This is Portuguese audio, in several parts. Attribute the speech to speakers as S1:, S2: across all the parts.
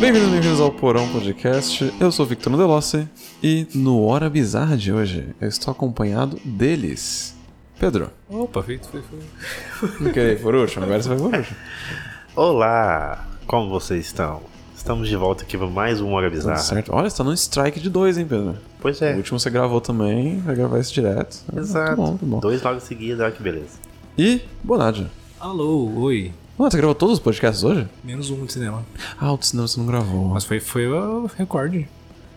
S1: Bem-vindos, bem-vindos ao Porão Podcast. Eu sou o Victor Delossi e no Hora Bizarra de hoje eu estou acompanhado deles. Pedro,
S2: Opa, feito, foi, foi.
S1: não queria ir por último, agora você vai por último.
S3: Olá! Como vocês estão? Estamos de volta aqui para mais um Hora
S1: Tudo
S3: Bizarra.
S1: certo? Olha, você tá num strike de dois, hein, Pedro?
S3: Pois
S1: O
S3: é,
S1: último você gravou também, vai gravar esse direto. Ah,
S3: exato.
S1: Tá bom, tá bom.
S3: Dois logo seguidos, olha que beleza.
S1: E, Bonadio.
S2: Alô, oi.
S1: Ah, você gravou todos os podcasts hoje?
S2: Menos um de cinema.
S1: Ah, o de cinema você não gravou.
S2: Mas foi, foi o recorde.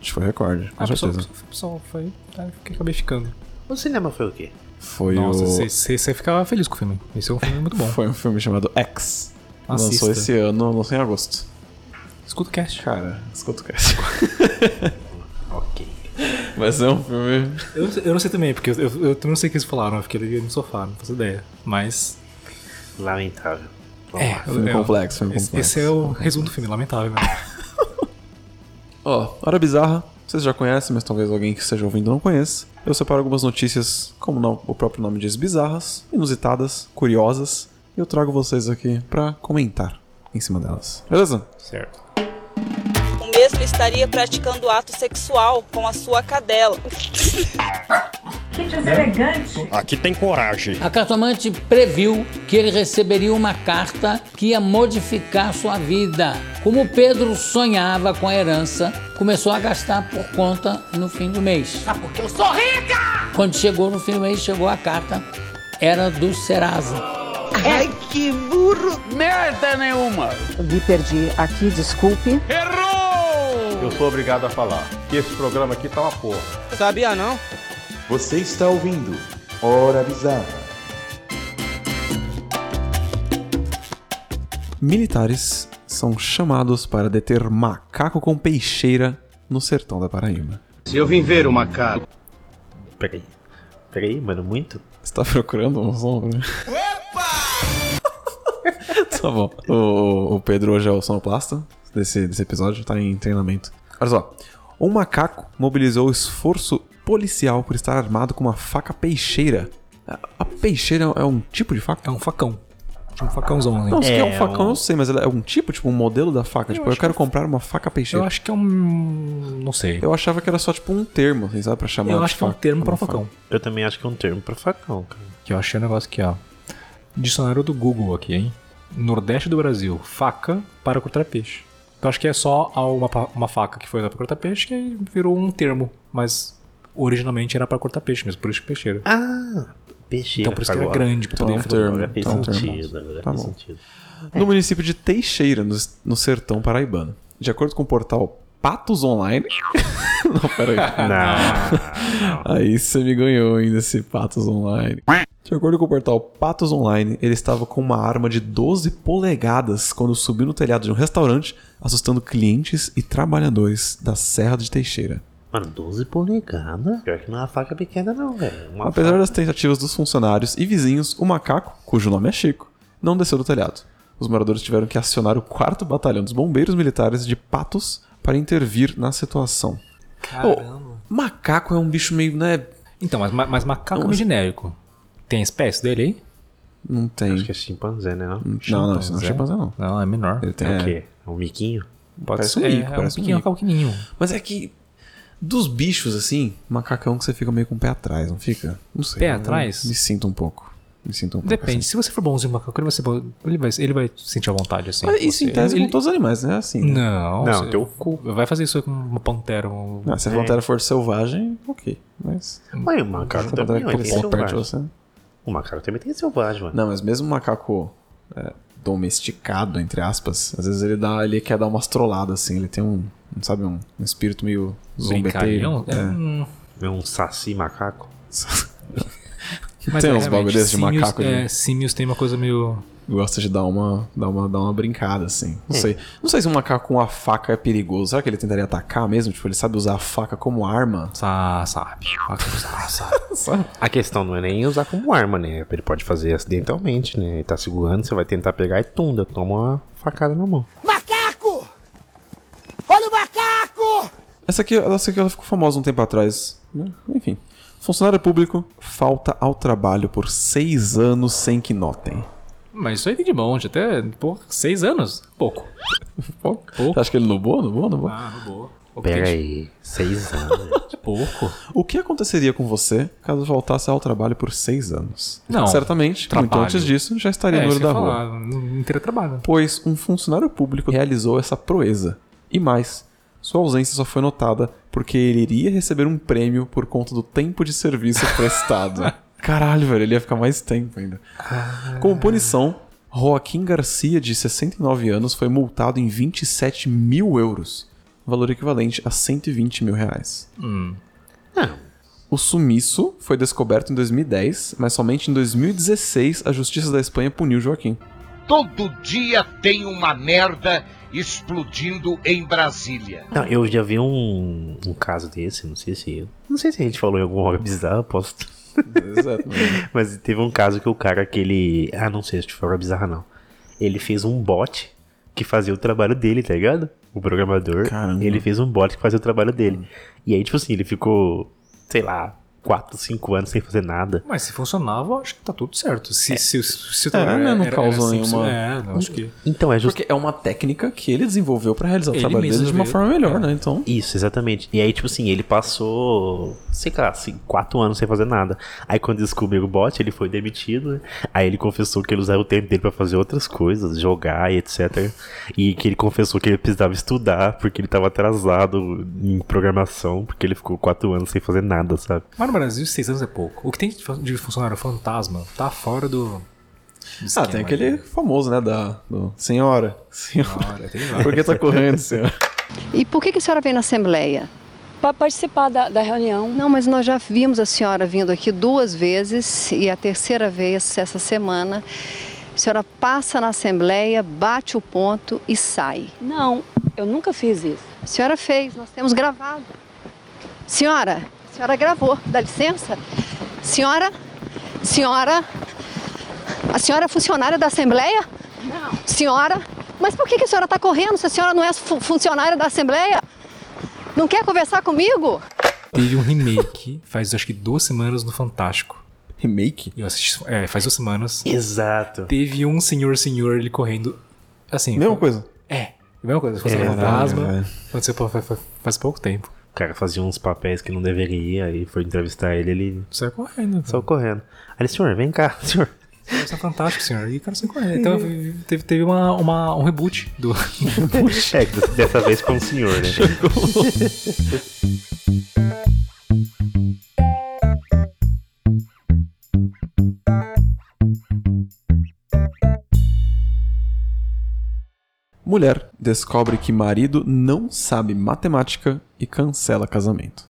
S1: Acho que foi recorde, com
S2: Ah, pessoal,
S1: certeza.
S2: pessoal, pessoal, foi. Tá, fiquei, acabei ficando.
S3: O cinema foi o quê?
S1: Foi
S2: Nossa,
S1: o...
S2: você ficava feliz com o filme. Esse é um filme muito bom.
S1: Foi um filme chamado X. Lançou
S2: Assista.
S1: esse ano, lançou em agosto.
S2: Escuta o cast.
S1: Cara, escuta o cast.
S3: Ok.
S1: Mas é um filme.
S2: Eu, eu não sei também, porque eu, eu, eu também não sei o que eles falaram. Eu fiquei ali no sofá, não faço ideia. Mas.
S3: Lamentável. Vamos
S2: É,
S3: lá.
S1: Filme
S2: é,
S1: complexo, filme
S2: Esse,
S1: complexo.
S2: esse é o resumo do filme, lamentável. Né?
S1: Ó, Hora Bizarra, vocês já conhecem, mas talvez alguém que esteja ouvindo não conheça. Eu separo algumas notícias, como no- o próprio nome diz, bizarras, inusitadas, curiosas, e eu trago vocês aqui pra comentar em cima delas. Beleza?
S2: certo.
S4: O mesmo estaria praticando ato sexual com a sua cadela.
S5: Que deselegante.
S6: Aqui tem coragem.
S7: A cartomante previu que ele receberia uma carta que ia modificar sua vida. Como Pedro sonhava com a herança, começou a gastar por conta no fim do mês. Ah, porque eu sou rica! Quando chegou no fim do mês, chegou a carta. Era do Serasa.
S8: Me perdi aqui, desculpe.
S9: Eu sou obrigado a falar que esse programa aqui tá uma porra.
S4: Sabia não?
S10: Você está ouvindo Hora Bizarra.
S1: Militares são chamados para deter macaco com peixeira no sertão da Paraíba.
S9: Se eu vim ver o macaco.
S3: Peraí. Peraí, mano, muito?
S1: Você tá procurando um som? né? tá bom. O, o Pedro hoje é o sonoplasta desse, desse episódio, tá em treinamento. Olha só. Um macaco mobilizou o esforço policial por estar armado com uma faca peixeira. A, a peixeira é um tipo de faca?
S2: É um facão. Tipo um facãozão, né?
S1: Não, se é, é um
S3: É
S1: facão, eu
S3: um-
S1: não sei, mas ela é um tipo, tipo um modelo da faca. tipo, eu quero comprar uma faca
S2: é Eu
S1: peixeira.
S2: acho que é um. Não sei.
S1: Eu achava que era só tipo um termo, assim, sabe, pra chamar
S2: Eu
S1: de
S2: acho que é um
S1: faca,
S2: termo pra um
S1: uma faca.
S2: facão.
S3: Eu também acho que é um termo pra facão, cara.
S2: Que eu achei um negócio aqui, ó. Dicionário do Google aqui, hein? Nordeste do Brasil, faca para cortar peixe. Então acho que é só a- uma, pa- uma faca que foi usada para cortar peixe que aí virou um termo. Mas originalmente era para cortar peixe mesmo, por isso que peixeira.
S3: Ah! Peixe.
S2: então por isso que era
S3: agora.
S2: grande, pra
S1: Então é
S2: poder
S1: um
S2: fazer-
S1: termo.
S3: Agora fez
S1: Então, tá
S3: sentido, agora
S1: Tá
S3: fez
S1: bom.
S3: sentido.
S1: no município de Teixeira, no, no sertão paraibano. De acordo com o portal Patos Online. Não, peraí. Aí você me ganhou hein, desse Patos Online. De acordo com o portal Patos Online, ele estava com uma arma de 12 polegadas quando subiu no telhado de um restaurante, assustando clientes e trabalhadores da Serra de Teixeira.
S3: Mano, 12 polegadas? Pior que não é uma faca pequena, não, velho. Uma
S1: Apesar
S3: faca...
S1: das tentativas dos funcionários e vizinhos, o macaco, cujo nome é Chico, não desceu do telhado. Os moradores tiveram que acionar o 4 Batalhão dos Bombeiros Militares de Patos para intervir na situação.
S2: Caramba.
S1: Macaco é um bicho meio, né?
S2: Então, mas, ma- mas macaco é meio genérico. Tem a espécie dele aí?
S1: Não tem.
S3: Acho que é chimpanzé, né? Não?
S1: Não, não, isso não é
S2: Chimpanzé?
S1: chimpanzé, não.
S2: Não, é menor.
S1: Ele tem
S3: É
S1: é.
S3: o quê? É um miquinho?
S2: Pode
S1: Parece um
S2: é,
S1: mico,
S2: é
S1: parece um
S2: pequeno
S1: mico.
S2: calquininho.
S1: Mas é que dos bichos, assim, macacão que você fica meio com o pé atrás, não fica? Não sei.
S2: Pé
S1: eu
S2: atrás?
S1: Me sinto um pouco. Me sinto um pouco.
S2: Depende, se você for bonzinho, o macaco ele vai ser bom. Ele vai, ele vai sentir a vontade, assim.
S1: assim. Mas isso
S2: Você-
S1: em tese
S2: ele-
S1: com todos os animais, né? Assim. né?
S2: Não,
S3: Não,
S2: você-
S3: teu cu.
S2: Vai fazer isso com uma pantera. Um...
S1: Ah, se a fronteira for selvagem, ok. Mas.
S3: Ué, o macaco
S1: se a
S3: também,
S1: fronteira
S3: ué, tem
S1: crescer perto de
S3: selvagem.
S1: você.
S3: O macaco também tem selvagem, mano.
S1: é um Não, mas mesmo um macaco é, domesticado, entre aspas, às vezes ele dá, ele quer dar umas trolladas, assim, ele tem um, um, sabe, um, um espírito meio zombeteiro.
S2: Brincalhão? É, hum,
S3: É um saci macaco?
S2: mas
S1: tem
S2: é,
S1: uns bagulho
S2: realmente,
S1: desse de
S2: símios-
S1: macaco,
S2: É,
S1: né?
S2: símios tem uma coisa meio.
S1: Gosta de dar uma, dar uma, dar uma brincada, assim. Não sei. Não sei se um macaco com a faca é perigoso. Será que ele tentaria atacar mesmo? Tipo, ele sabe usar a faca como arma?
S2: Sa, sabe? Sa- sa-
S3: A questão não é nem usar como arma, né? Ele pode fazer acidentalmente, né? Ele tá segurando, você vai tentar pegar e tunda, toma uma facada na mão.
S1: Essa aqui, essa aqui ela ficou famosa um tempo atrás. né? Enfim. Funcionário público falta ao trabalho por seis anos sem que notem.
S2: Mas isso aí tem de monte, até pô, seis anos. Pouco.
S1: Pouco.
S2: Pouco.
S1: Acho que ele nubou, nubou, nubou.
S2: Ah, boa.
S3: Pera aí, seis anos.
S2: é Pouco.
S1: O que aconteceria com você caso voltasse ao trabalho por seis anos?
S2: Não.
S1: Certamente, muito
S2: Trabalho.
S1: antes disso, já estaria
S2: É,
S1: no
S2: isso
S1: olho
S2: que eu
S1: Tá da
S2: ia
S1: rua.
S2: falar, não não teria trabalho.
S1: Pois um funcionário público realizou essa proeza. E mais, sua ausência só foi notada porque ele iria receber um prêmio por conta do tempo de serviço prestado. Caralho, velho, ele ia ficar mais tempo ainda. Como punição, Joaquim Garcia, de 69 anos, foi multado em 27 mil euros, valor equivalente a 120 mil reais. O sumiço foi descoberto em 2010, mas somente em 2016 a Justiça da Espanha puniu Joaquim.
S6: Todo dia tem uma merda explodindo em Brasília.
S3: Não, eu já vi um, um caso desse, não sei se. Não sei se a gente falou em alguma hora bizarra, posso.
S1: Exato.
S3: Mas teve um caso que o cara que ele. Ah, não sei se foi hora bizarra, não. Ele fez um bot que fazia o trabalho dele, tá ligado? O programador.
S1: Caramba.
S3: Ele fez um bot que fazia o trabalho dele. E aí, tipo assim, ele ficou, sei lá, 4, 5 anos sem fazer nada.
S2: Mas se funcionava, acho que tá tudo certo. Se, se, se, se o
S1: É, né, não causou
S2: simples-
S1: nenhuma-
S2: É, não, acho que.
S3: Então, é justo.
S1: Porque é uma técnica que ele desenvolveu pra realizar o
S2: Ele
S1: trabalho
S2: mesmo
S1: dele de uma
S2: desenvolveu.
S1: forma melhor, né? Então,
S3: Isso, exatamente. E aí, tipo assim, ele passou, sei lá, assim, quatro anos sem fazer nada. Aí quando descobriu o bot, ele foi demitido, né? Aí ele confessou que ele usava o tempo dele pra fazer outras coisas, jogar e etc. E que ele confessou que ele precisava estudar, porque ele tava atrasado em programação, porque ele ficou quatro anos sem fazer nada, sabe?
S2: Mas no Brasil, seis anos é pouco. O que tem de fun- de funcionário fantasma tá fora do. do
S1: ah,
S2: esquema
S1: tem aquele
S2: de-
S1: famoso, né? Da do, senhora, senhora,
S2: Olha, tem
S1: por que tá correndo, senhora?
S8: E por que, que a senhora veio na Assembleia?
S5: Para participar da, da reunião.
S8: Não, mas nós já vimos a senhora vindo aqui duas vezes e a terceira vez essa semana. A senhora passa na Assembleia, bate o ponto e sai.
S5: Não, eu nunca fiz isso.
S8: A senhora fez, nós temos gravado. Senhora, a senhora gravou, dá licença? Senhora, senhora, a senhora é funcionária da Assembleia? Não. Senhora, mas por que, que a senhora está correndo se a senhora não é fu- funcionária da Assembleia? Não quer conversar comigo?
S2: Teve um remake faz acho que duas semanas no Fantástico.
S1: Remake?
S2: Eu assisti. É, faz duas semanas.
S3: Exato.
S2: Teve um senhor, senhor, ele correndo. Assim.
S1: Mesma coisa.
S2: É. Mesma coisa. Funcionário fantasma. Aconteceu pa- fa- fa- faz pouco tempo.
S3: O cara fazia uns papéis que não deveria, aí foi entrevistar ele, ele
S2: Saiu correndo.
S3: saiu correndo. Aí ele, senhor, vem cá, senhor.
S2: Isso é fantástico, senhor. E o cara saiu correndo. Então teve, teve uma, uma- um reboot do.
S3: É, dessa vez com o senhor, né?
S1: Mulher descobre que marido não sabe matemática e cancela casamento.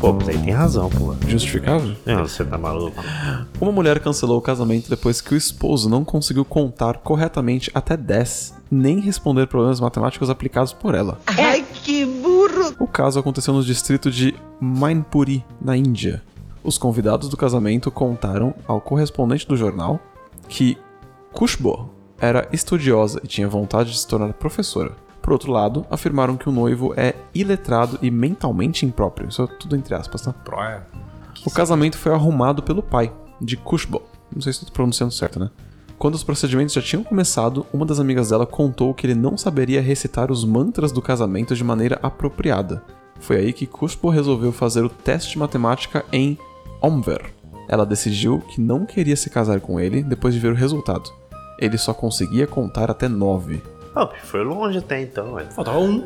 S3: Pô, mas aí tem razão, pô.
S1: Justificável?
S3: Não, você tá maluco.
S1: Uma mulher cancelou o casamento depois que o esposo não conseguiu contar corretamente até 10, nem responder problemas matemáticos aplicados por ela. Ai, que burro! O caso aconteceu no distrito de Mainpuri, na Índia. Os convidados do casamento contaram ao correspondente do jornal que Kushbo era estudiosa e tinha vontade de se tornar professora. Por outro lado, afirmaram que o noivo é iletrado e mentalmente impróprio. Isso é tudo entre aspas, tá? O casamento foi arrumado pelo pai, de Kushbo. Não sei se estou pronunciando certo, né? Quando os procedimentos já tinham começado, uma das amigas dela contou que ele não saberia recitar os mantras do casamento de maneira apropriada. Foi aí que Kushbo resolveu fazer o teste de matemática em Omver. Ela decidiu que não queria se casar com ele depois de ver o resultado. Ele só conseguia contar até 9.
S3: Ah, foi longe até então, velho.
S2: Faltava um.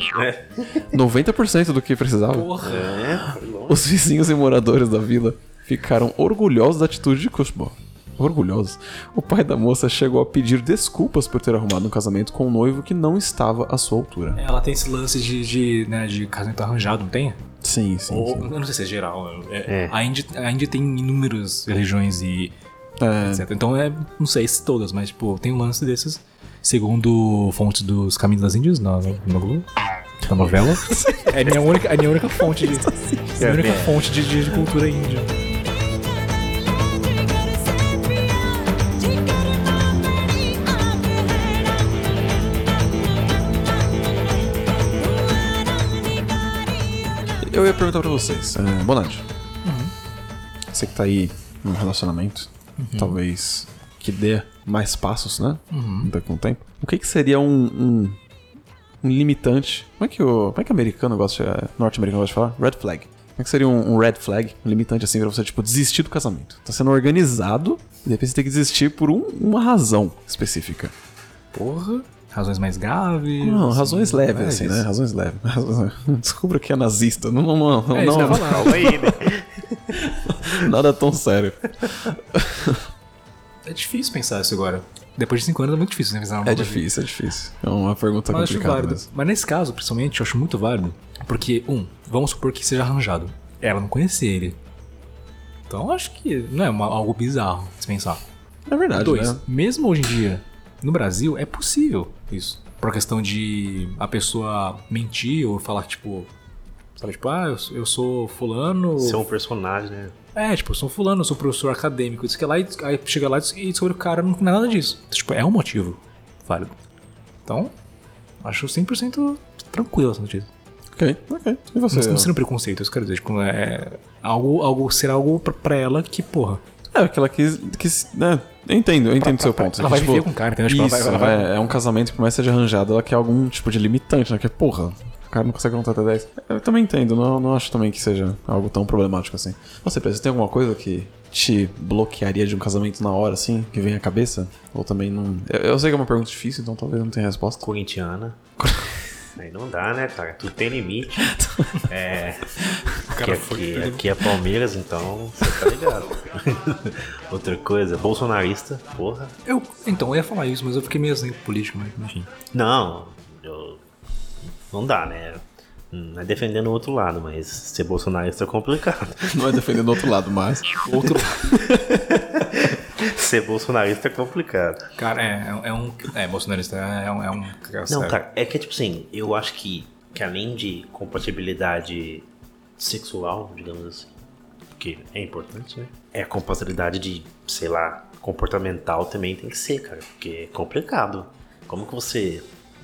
S1: 90% do que precisava.
S3: né?
S1: Os vizinhos e moradores da vila ficaram orgulhosos da atitude de Kushbo. Orgulhosos. O pai da moça chegou a pedir desculpas por ter arrumado um casamento com um noivo que não estava à sua altura.
S2: Ela tem esse lance de, de, né, de casamento arranjado, não tem?
S1: Sim, sim,
S2: Ou,
S1: sim.
S2: eu não sei se é geral.
S3: É.
S2: É, A, Índia, a Índia tem inúmeras religiões e
S1: É,
S2: etc. Então, é, não sei se todas, mas tipo, tem um lance desses. Segundo fontes dos Caminhos das Índias, na, na, Globo, na novela. É a minha única, é a minha única fonte de. É a minha única fonte de, de- de cultura índia. Uhum.
S1: eu ia perguntar pra vocês. É, Bonatti. Você que tá aí num relacionamento, talvez que dê mais passos, né?
S2: Uhum.
S1: Ainda Com o tempo. O que, que seria um, um, um limitante? Como é que o como é que o americano gosta, de- norte-americano gosta de falar? Red flag. Como é que seria um, um red flag, um limitante assim pra você tipo desistir do casamento? Tá sendo organizado e de repente você tem que desistir por um- uma razão específica.
S2: Porra. Razões mais graves.
S1: Não, razões
S2: assim,
S1: leves,
S2: é
S1: assim,
S2: isso.
S1: né? Razões leves. Razões- Descubra que é nazista. Não, não, não.
S2: É isso
S1: não,
S2: que eu ia falar.
S3: Calma aí, né?
S1: Nada tão sério.
S2: É difícil pensar isso agora. Depois de 5 anos é muito difícil, né? pensar numa
S1: É
S2: coisa
S1: difícil, é difícil. É uma pergunta
S2: Mas eu acho
S1: complicada
S2: válido.
S1: mesmo.
S2: Mas nesse caso, principalmente, eu acho muito válido. Porque, um, vamos supor que seja arranjado. Ela não conhecia ele. Então eu acho que não é uma- algo bizarro se pensar.
S1: É verdade,
S2: Dois,
S1: né?
S2: mesmo hoje em dia, no Brasil, é possível isso. Por questão de a pessoa mentir ou falar, tipo. Sabe, tipo, ah, eu sou- eu sou fulano.
S3: Ser um personagem, né?
S2: É, tipo, eu sou fulano, eu sou professor acadêmico, isso que é lá, e aí chega lá e descobre que o cara não tem nada disso. Tipo, é um motivo válido. Então, acho 100% tranquilo essa notícia.
S1: Ok, ok. E você?
S2: Não, não sendo preconceito, isso que eu quero dizer. Tipo, é algo, algo, será algo pra, pra ela que, porra,
S1: É, aquela que. que né? Eu entendo, eu entendo o seu ponto.
S2: ela vai viver com o cara, entendeu? Tipo, ela vai-
S1: isso,
S2: ela vai-
S1: é, é um casamento que, por mais que seja arranjado, ela quer algum tipo de limitante, né? Que é, porra, o cara não consegue contar até 10. Eu também entendo, não, não acho também que seja algo tão problemático assim. Você pensa, tem alguma coisa que te bloquearia de um casamento na hora, assim, que vem à cabeça? Ou também não. Eu, eu sei que é uma pergunta difícil, então talvez não tenha resposta.
S3: Corintiana. Aí não dá, né, cara? Tudo tem limite. É. Aqui, aqui, aqui é Palmeiras, então você tá ligado. Outra coisa, bolsonarista, porra.
S2: Eu, então, eu ia falar isso, mas eu fiquei meio assim político, mas enfim.
S3: Não, eu- não dá, né? Não é defendendo o outro lado, mas ser bolsonarista é complicado.
S1: Não é defendendo o outro lado, mas.
S2: Outro.
S3: ser bolsonarista é complicado.
S2: cara, é, é, é um. É, bolsonarista é um. É um cara,
S3: Não,
S2: sério.
S3: cara, é que tipo assim, eu acho que, que além de compatibilidade sexual, digamos assim, porque é importante, né? É a compatibilidade de, sei lá, comportamental também tem que ser, cara, porque é complicado. Como que você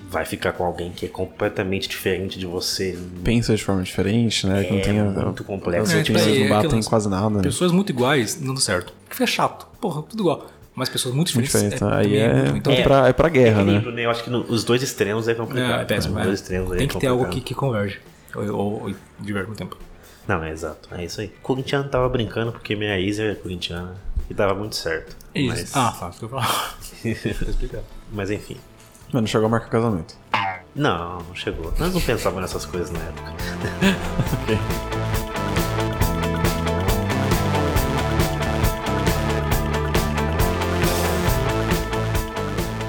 S3: vai ficar com alguém que é completamente diferente de você?
S1: Pensa de forma diferente, né? que não
S3: É
S1: tenha.
S3: muito complexo.
S1: As
S2: É,
S1: opiniões
S2: tipo, é
S1: não batem
S2: aquelas
S1: quase nada, né?
S2: Pessoas muito iguais não dá certo. Porque fica chato. Porra, tudo igual. Mas pessoas muito
S1: Muito
S2: diferentes.
S1: diferente.
S2: é,
S1: Aí
S2: também
S1: é,
S2: muito ruim. Então,
S1: é, pra, é pra guerra, né?
S3: Equilíbrio, né? Eu acho que no- os dois extremos é complicado.
S2: É, é péssimo,
S3: Os
S2: é.
S3: dois extremos aí
S2: Tem
S3: é
S2: que ter algo que,
S3: complicado.
S2: que converge. Ou, ou, ou diverge com o tempo.
S3: Não, é exato. É isso aí. Corintiano tava brincando porque minha ex era corintiana e dava muito certo. Mas,
S2: Ah, tá. Fica pra lá. Vou explicar.
S3: mas enfim.
S1: Mas não chegou a marcar casamento.
S3: Não, não chegou. Nós não pensávamos nessas coisas na época.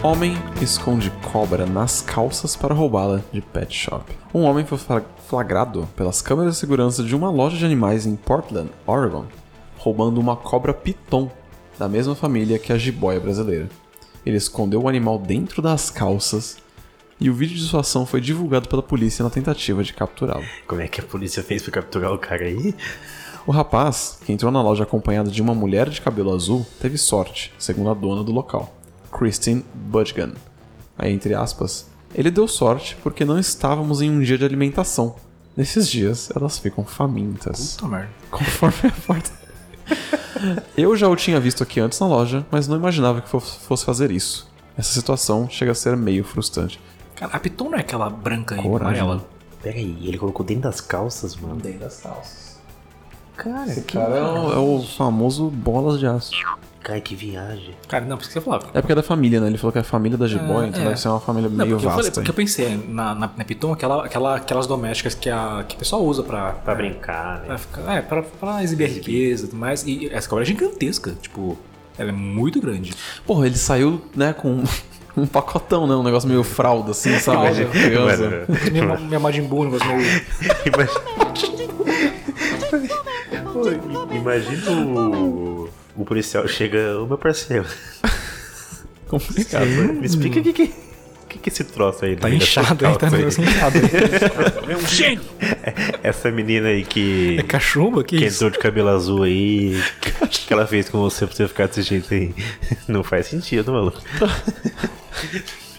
S1: Homem esconde cobra nas calças para roubá-la de pet shop. Um homem foi fla- flagrado pelas câmeras de segurança de uma loja de animais em Portland, Oregon, roubando uma cobra piton da mesma família que a jiboia brasileira. Ele escondeu o animal dentro das calças e o vídeo de sua ação foi divulgado pela polícia na tentativa de capturá-lo.
S3: Como é que a polícia fez pra capturar o cara aí?
S1: O rapaz, que entrou na loja acompanhado de uma mulher de cabelo azul, teve sorte, segundo a dona do local, Christine Budgan. Aí, entre aspas, ele deu sorte porque não estávamos em um dia de alimentação. Nesses dias, elas ficam famintas.
S2: Puta é merda.
S1: Conforme a porta. Eu já o tinha visto aqui antes na loja, mas não imaginava que fo- fosse fazer isso. Essa situação chega a ser meio frustrante.
S2: Cara, a Piton não é aquela branca e
S1: Coragem.
S2: amarela?
S3: Pera aí, ele colocou dentro das calças, mano.
S1: Dentro das calças.
S3: Cara, que...
S1: Cara, é o, é o famoso bolas de aço.
S3: cara, que viagem.
S2: Cara, não, por isso que você falava.
S1: É porque é da família, né? Ele falou que é a família da Jiboia,
S2: É,
S1: então
S2: é.
S1: deve ser uma família
S2: Não,
S1: meio
S2: porque eu, falei,
S1: vasta.
S2: porque eu pensei é, na, na, na Piton, aquela, aquela, aquelas domésticas que a, que a pessoa usa pra,
S3: Pra brincar, né?
S2: Pra ficar- é, pra, pra exibir a riqueza e tudo mais. E essa cobra é gigantesca. Tipo, ela é muito grande.
S1: hein? Porra, ele saiu, né, com um pacotão, né? Um negócio meio fralda, assim, sabe?
S2: Fralda.
S1: De
S3: é.
S1: criança.
S2: Minha, ma- minha Majin Buu, um negócio meio.
S3: Imagina, imagina o, o policial chega, ô meu parceiro.
S1: Complicado.
S3: Me explica o que, que, o que que é esse troço aí.
S2: é Tá
S3: dentro dessa
S2: inchado aí, tá
S3: calça
S2: meio assim inchado.
S3: Essa menina aí que,
S2: É cachumba? Que
S3: que
S2: isso?
S3: entrou de cabelo azul aí, o que ela fez com você pra você ficar desse jeito aí? Não faz sentido, maluco.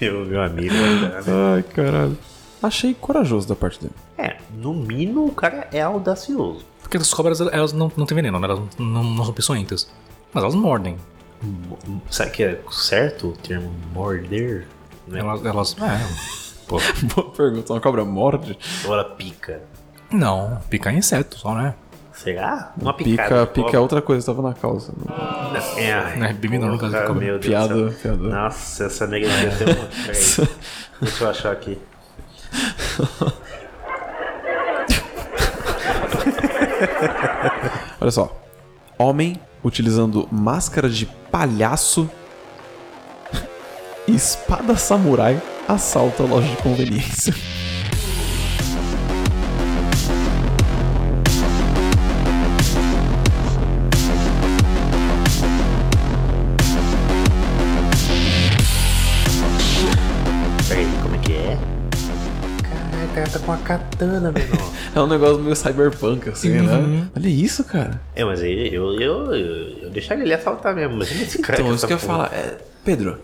S3: meu, meu amigo.
S1: Ai, caralho. Achei corajoso da parte dele.
S3: É, no mínimo o cara é audacioso.
S2: Porque as cobras, elas não, não têm veneno, né? Elas não, não são peçonhentas. Mas elas mordem.
S3: Será que é certo o termo morder?
S2: Elas. elas é, pô.
S1: Boa pergunta. Uma cobra morde?
S3: Ou ela é pica?
S2: Não, picar inseto só, né?
S3: Será? Uma
S1: Pica,
S3: picada. de
S1: pica é né?
S3: cobra?
S1: outra coisa, tava na calça.
S3: É, ai,
S2: É, bem menor no caso da
S3: porra,
S2: cobra.
S3: meu Deus
S1: Piada,
S3: do céu.
S1: piada.
S3: Nossa, essa nega devia ter uma. Peraí. Deixa eu achar aqui.
S1: Olha só. Homem utilizando máscara de palhaço e espada samurai assalta loja de conveniência.
S3: Peraí, como é que é? Caralho, o cara tá com uma katana, meu irmão.
S1: É um negócio meio cyberpunk, assim,
S3: Uhum.
S1: né? Olha isso, cara.
S3: É, mas aí eu, eu, eu, eu deixaria ele assaltar mesmo. Mas esse cara
S1: Então,
S3: com
S1: isso
S3: essa
S1: que eu ia
S3: porra.
S1: falar. É, Pedro,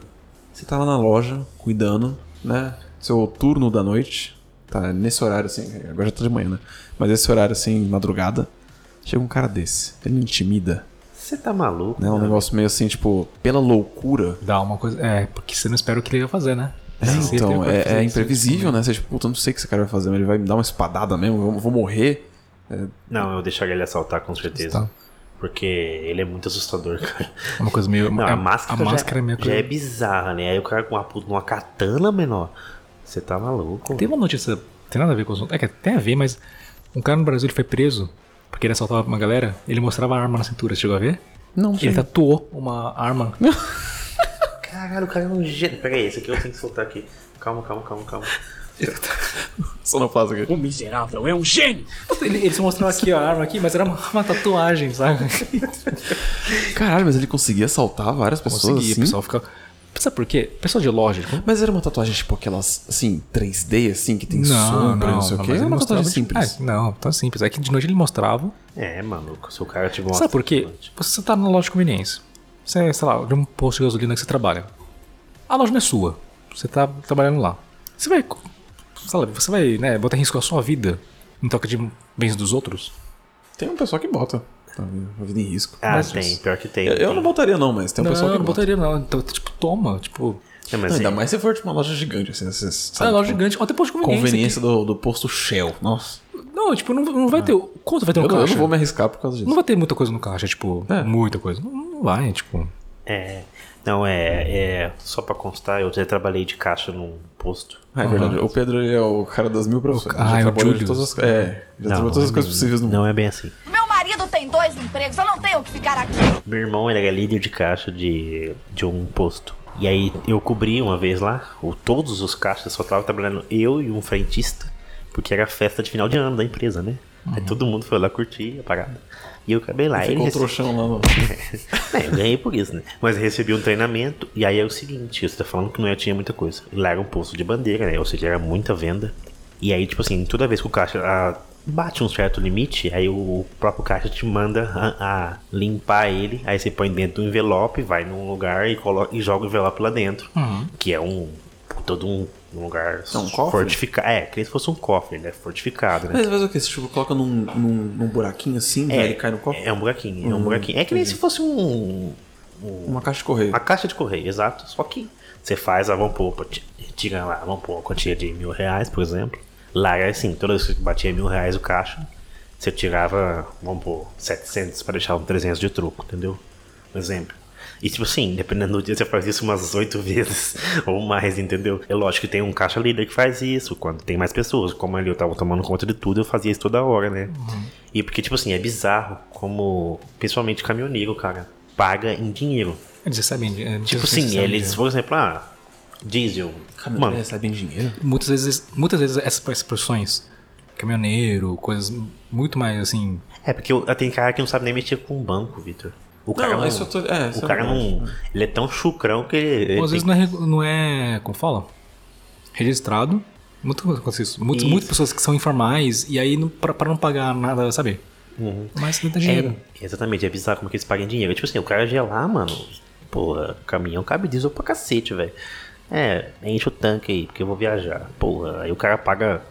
S1: você tá lá na loja, cuidando, né? Seu turno da noite. Tá nesse horário, assim. Agora já tá de manhã, né? Mas esse horário, assim, madrugada. Chega um cara desse. Ele intimida,
S3: Você tá maluco?
S1: né? Um negócio meio assim, tipo, pela loucura.
S2: Dá uma coisa. É, porque você não espera o que ele ia fazer, né?
S1: É,
S2: Você sempre
S1: então,
S2: vai
S1: é,
S2: fazer
S1: é
S2: isso.
S1: imprevisível, né? Você, tipo, puta, eu não sei o que esse cara vai fazer, mas ele vai me dar uma espadada mesmo, eu vou morrer.
S3: Não, eu deixaria ele assaltar com certeza.
S2: Tá.
S3: Porque ele é muito assustador, cara.
S2: É uma coisa meio.
S3: Não,
S2: é,
S3: a máscara,
S2: a máscara
S3: já,
S2: é meio.
S3: já
S2: coisa-
S3: é bizarra, né? Aí o cara com uma, puta- uma katana menor. Você tá maluco?
S2: Tem uma notícia, tem nada a ver com o assunto. É que tem a ver, mas um cara no Brasil ele foi preso porque ele assaltava uma galera, ele mostrava a arma na cintura, você chegou a ver?
S1: Não,
S2: Ele tatuou uma arma.
S3: Caralho, o cara é um gênio. Pera aí, esse aqui eu tenho que soltar aqui. Calma, calma, calma, calma.
S1: Só não faz aqui.
S7: O miserável é um gênio!
S2: Ele, ele se mostrou aqui ó, a arma aqui, mas era uma, uma tatuagem, sabe?
S1: Caralho, mas ele conseguia assaltar várias pessoas
S2: Consegui, o
S1: assim?
S2: pessoal fica. Sabe por quê? Pessoal de loja, tipo,
S1: Mas era uma tatuagem tipo aquelas, assim, 3D, assim, que tem
S2: não,
S1: sombra,
S2: não,
S1: não, sei o quê.
S2: mas
S1: Era
S2: ele
S1: uma
S2: mostrava,
S1: tatuagem
S2: tipo,
S1: simples.
S2: ah, não, tão simples. É que de noite ele mostrava.
S3: É, maluco. Se o cara tiver uma.
S2: Sabe por quê? Você tá na loja de conveniência. Você, sei lá, de um posto de gasolina que você trabalha. A loja não é sua. Você tá trabalhando lá. Você vai. co- sei lá, você vai, né, botar em risco a sua vida em troca de bens dos outros?
S1: Tem um pessoal que bota tá, a vida em risco.
S3: Ah,
S2: Mas-
S3: tem. Pior que tem.
S1: Eu, eu não botaria, não, mas tem um
S2: não,
S1: pessoal que
S2: não
S1: bota.
S2: botaria, não. Então, tipo, toma. Tipo,
S3: É, mas
S1: Não, ainda
S3: é-
S1: mais se for tipo uma loja gigante, assim, essas-
S2: é
S1: sabe,
S2: uma loja
S1: tipo,
S2: gigante. Ou até posto de conveniência.
S1: Conveniência do, do posto Shell. Nossa.
S2: que- não, tipo, não, não vai ter. Quanto vai ter
S1: Eu,
S2: no
S1: não- eu
S2: caixa?
S1: não vou me arriscar por causa disso.
S2: Não vai ter muita coisa no caixa, tipo,
S1: É.
S2: muita coisa. Não- Não vai, tipo.
S3: É. Não, é, é. Só pra constar, eu já trabalhei de caixa num posto.
S1: Ah, é verdade. O Pedro ele é o cara das mil profissões.
S2: Ah,
S1: Ele
S2: é o
S1: já trabalhou de
S2: Julius.
S1: todas as, é, já trabalhou todas as coisas possíveis no mundo.
S3: Não é bem assim.
S11: Meu marido tem dois empregos, eu não tenho que ficar aqui.
S3: Meu irmão ele era líder de caixa de, de um posto. E aí eu cobri uma vez lá, o, todos os caixas, só tava trabalhando eu e um frentista, porque era a festa de final de ano da empresa, né? Aí
S1: Uhum.
S3: todo mundo foi lá curtir a parada. E eu acabei lá.
S1: Ficou um
S3: Ele rece-
S1: trouxão lá no.
S3: É, eu ganhei por isso, né? Mas eu recebi um treinamento, e aí é o seguinte, você tá falando que não tinha muita coisa. E Lá era um posto de bandeira, né? Ou seja, era muita venda. E aí, tipo assim, toda vez que o caixa ah, bate um certo limite, aí o próprio caixa te manda a, a limpar ele, aí você põe dentro do envelope, vai num lugar e, coloca, e joga o envelope lá dentro. Que é um. todo um, um lugar
S1: É um cofre?
S3: fortificado. É, que nem se fosse um cofre, né? Fortificado, né?
S1: Mas faz o que? Você tipo, coloca num, num, num buraquinho assim, aí ele cai no copo?
S3: É um buraquinho, é um
S1: Hum,
S3: buraquinho. É que nem
S1: entendi.
S3: se fosse um- um
S1: Uma caixa de correio.
S3: a caixa de correio, exato. Só que você faz, ah, vamos pôr, pô, ti- tira lá, vamos pôr uma quantia de mil reais, por exemplo. Lá era assim, toda vez que batia mil reais o caixa, você tirava, vamos pôr, 700 para deixar um 300 de troco, entendeu? Um exemplo. E tipo assim, dependendo do dia, você faz isso umas oito vezes ou mais, entendeu? É lógico que tem um caixa líder que faz isso, quando tem mais pessoas. Como ali eu tava tomando conta de tudo, eu fazia isso toda hora, né? E porque, tipo assim, é bizarro como, principalmente caminhoneiro, cara, paga em dinheiro.
S2: Eles recebem. é,
S3: Tipo
S2: eles
S3: assim,
S2: recebem
S3: eles,
S1: né?
S3: por exemplo, ah, diesel. Mano,
S1: recebe em é, dinheiro?
S2: muitas vezes, muitas vezes essas profissões, caminhoneiro, coisas muito mais assim.
S3: é porque eu- tem cara que não sabe nem mexer com o banco, Vitor. O cara não,
S1: isso eu tô- é, isso
S3: o
S1: é
S3: cara
S1: verdade.
S3: não, ele é tão chucrão que ele, ele
S2: Ou às vezes
S3: tem-
S2: não é, regu- não é. Como fala? Registrado. Muito acontece isso. Muitas,
S3: Isso.
S2: muitas pessoas que são informais e aí não, pra, pra não pagar nada, sabe?
S3: Uhum.
S2: Mas não tem
S3: é,
S2: dinheiro.
S3: exatamente, é bizarro como que eles pagam em dinheiro. Tipo assim, o cara gelar, mano, porra, caminhão cabe diesel pra cacete, velho. É, enche o tanque aí, porque eu vou viajar. Porra, aí o cara paga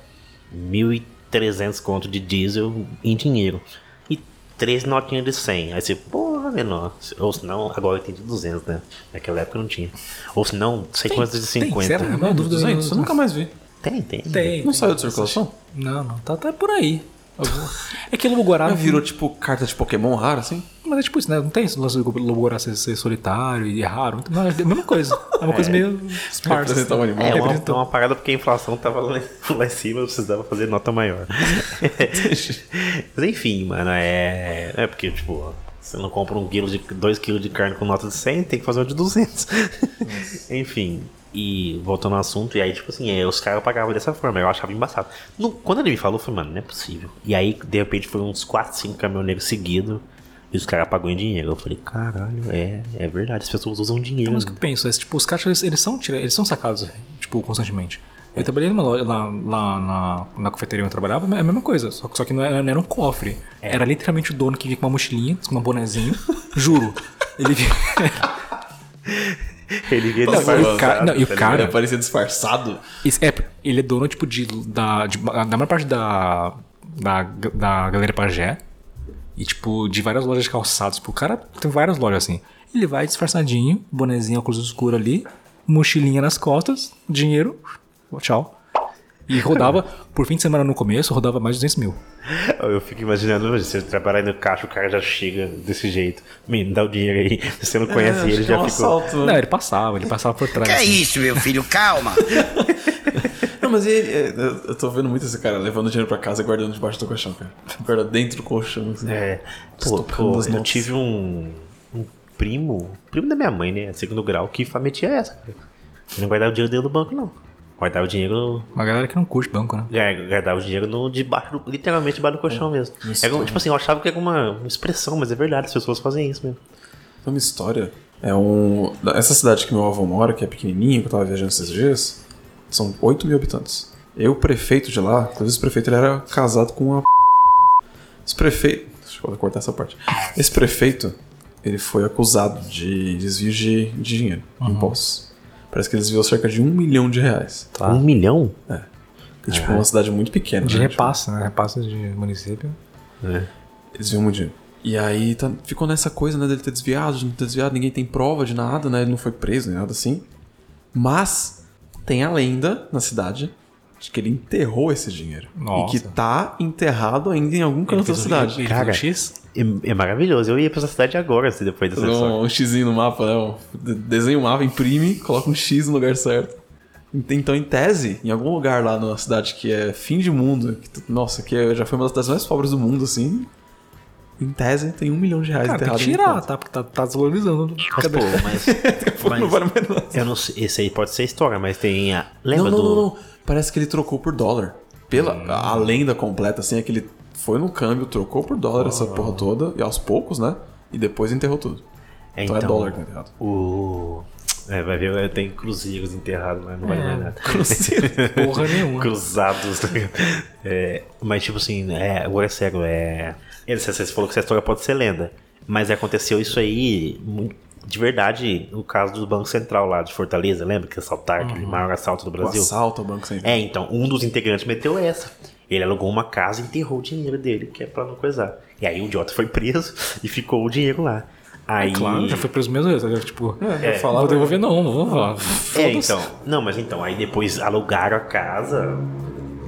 S3: 1.300 conto de diesel em dinheiro. E três notinhas de 100. Aí você, porra, menor. Ou se não, agora tem de 200, né? Naquela época não tinha. Ou se não, sei
S2: Tem,
S3: quantas de
S2: tem,
S3: 50.
S2: será? Não, dúvida,
S1: né? Isso eu nunca mais vi.
S3: Tem, tem.
S2: Tem.
S1: Não
S2: tem.
S1: saiu de circulação?
S2: Não, não. Tá, tá por aí. Alguma- É que Lobo Guará.
S1: Mas virou tipo carta de Pokémon rara, assim?
S2: Mas é tipo isso, né? Não tem esse lance do Lobo Guará ser, ser solitário e raro. Não, é a mesma coisa. É uma coisa
S3: É.
S2: meio sparsa.
S1: Representar um
S2: assim.
S1: animal.
S3: É uma,
S2: Representar-
S3: uma parada porque a inflação tava lá, em- lá em cima, eu precisava fazer nota maior. Mas enfim, mano, é. É porque, tipo, você não compra um quilo de 2 kg de carne com nota de 100, tem que fazer uma de 200. enfim. E voltando ao assunto, e aí, tipo assim, é, os caras pagavam dessa forma, eu achava embaçado. Não- quando ele me falou, eu falei, mano, não é possível. E aí, de repente, foi uns 4, 5 caminhoneiros seguidos, e os caras pagou em dinheiro. Eu falei, caralho, é, é verdade, as pessoas usam dinheiro.
S2: É isso que eu penso. É, tipo, os caixas, eles, eles são, tira- eles são sacados, tipo, constantemente. Eu trabalhei numa loja, lá, lá na, na confeitaria onde eu trabalhava, é a mesma coisa. Só, que- só que não era, não era um cofre. Era literalmente o dono que vinha com uma mochilinha, com um bonezinho. Juro. Ele vinha...
S3: Ele via
S2: Não, e o
S3: disfarçado,
S2: cara- não, e o
S3: tá
S2: cara-
S3: ligado?
S1: Parecia disfarçado.
S2: Esse- é, ele é dono, tipo, de, da, de- da maior parte da, da, da galera pajé. E, tipo, de várias lojas de calçados. Tipo, o cara tem várias lojas, assim. Ele vai disfarçadinho, bonezinho, óculos escuro ali, mochilinha nas costas, dinheiro, tchau. E rodava, por fim de semana no começo, rodava mais de 200 mil.
S3: Eu fico imaginando, mas se eu trabalhar no caixa, o cara já chega desse jeito. Me dá o dinheiro aí. Se
S1: É,
S3: você não conhece assim,
S1: Ah,
S3: ele,
S1: um
S3: já ficou. é-
S2: Não, ele passava, ele passava por trás. assim.
S1: meu filho? Calma! Não, mas ele, é, eu eu tô vendo muito esse cara levando dinheiro pra casa e guardando debaixo do colchão, cara. Guarda dentro do colchão. Assim.
S3: É. Pô,
S1: Estocando
S3: pô,
S1: as
S3: eu
S1: notas.
S3: tive um, um primo, primo da minha mãe, né? Segundo grau, que fametia essa, cara. Ele não guardava o dinheiro dele no banco, não. Guardava o dinheiro.
S2: Uma galera que não curte banco, né?
S3: é, Guardava o dinheiro no, debaixo, do- literalmente debaixo do colchão mesmo.
S1: É, isso
S3: Era um-
S1: também.
S3: tipo assim, eu achava que era uma, uma expressão, mas é verdade, as pessoas fazem isso mesmo.
S1: Tem uma história. É um. Essa cidade que meu avô mora, que é pequenininha, que eu tava viajando esses dias, são 8 mil habitantes. E o prefeito de lá, inclusive o prefeito ele era casado com uma. p****. Esse prefeito. Deixa eu cortar essa parte. Esse prefeito, ele foi acusado de desvio de, de dinheiro,
S3: Uhum.
S1: impostos. Parece que ele desviou cerca de um milhão de reais.
S3: Um milhão?
S1: É. E, tipo, uma cidade muito pequena.
S2: De
S1: né? Tipo,
S2: repasse, né? Repasse de município.
S1: eles viam muito dinheiro. E aí tá- ficou nessa coisa, né, dele ter desviado, de não ter desviado, ninguém tem prova de nada, né? Ele não foi preso nem nada assim. Mas tem a lenda na cidade de que ele enterrou esse dinheiro.
S2: Nossa.
S1: E que tá enterrado ainda em algum canto da
S2: fez um-
S1: cidade.
S2: ele fez um
S3: Cara,
S2: X?
S3: É, é maravilhoso. Eu ia pra essa cidade agora, assim, depois dessa história.
S1: Um, um xizinho no mapa, né? um- de- Desenha o mapa, imprime, coloca um X no lugar certo. Ent- Então, em tese, em algum lugar lá na cidade que é fim de mundo, que, tu- nossa, que é- já foi uma das cidades mais pobres do mundo, assim. Em tese, tem um milhão de reais
S2: Cara, tem
S1: enterrado
S2: que
S1: em um
S2: tirar,
S1: canto.
S2: tá? Porque tá, tá desvalorizando.
S3: Mas, pô,
S2: Cadê?
S3: mas.
S1: Pô, Não
S3: mas-
S1: vale mais nada.
S3: Eu não sei, esse aí pode ser história, mas tem a. Lembra
S1: não,
S3: do.
S1: não, não, não. Parece que ele trocou por dólar. Pela a a lenda completa, assim, é que ele foi no câmbio, trocou por dólar essa porra toda, e aos poucos, né? E depois enterrou tudo.
S3: É,
S1: então, é
S3: então,
S1: dólar que tá enterrado.
S3: O. É, vai ver, é, tem cruzeiros enterrados, mas não vale mais nada.
S1: Cruzeiro,
S2: É, porra nenhuma.
S3: Cruzados. tá ligado? É, mas, tipo assim, é, agora é sério, é. é, Você você falou que essa história pode ser lenda, mas aconteceu isso aí mu- de verdade no caso do Banco Central lá de Fortaleza, lembra? Que assaltaram,
S2: Uhum.
S3: aquele maior assalto do
S1: O
S3: Brasil.
S1: assalto ao Banco Central.
S3: É, então, um dos integrantes meteu essa. Ele alugou uma casa e enterrou o dinheiro dele, que é pra não coisar. E aí o idiota foi preso e ficou o dinheiro lá. Aí... é,
S2: Claro, já foi preso mesmo. eu, eu, Tipo,
S1: É,
S2: não vou devolver, não, não vou falar.
S3: É,
S2: Foda-se.
S3: então. Não, mas então, aí depois alugaram a casa,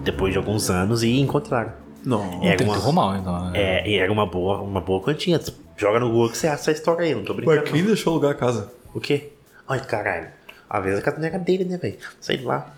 S3: depois de alguns anos, e encontraram.
S1: Não.
S3: É,
S2: Tem que
S3: uma-
S2: arrumar, então. né?
S3: É, e era uma boa, uma boa quantia. Joga no Google que você acha essa história aí, não tô
S1: O
S3: brincando. não.
S1: Arquim deixou alugar a casa.
S3: O quê? Ai, caralho. Às vezes a casa não era dele, né, velho? Sei lá.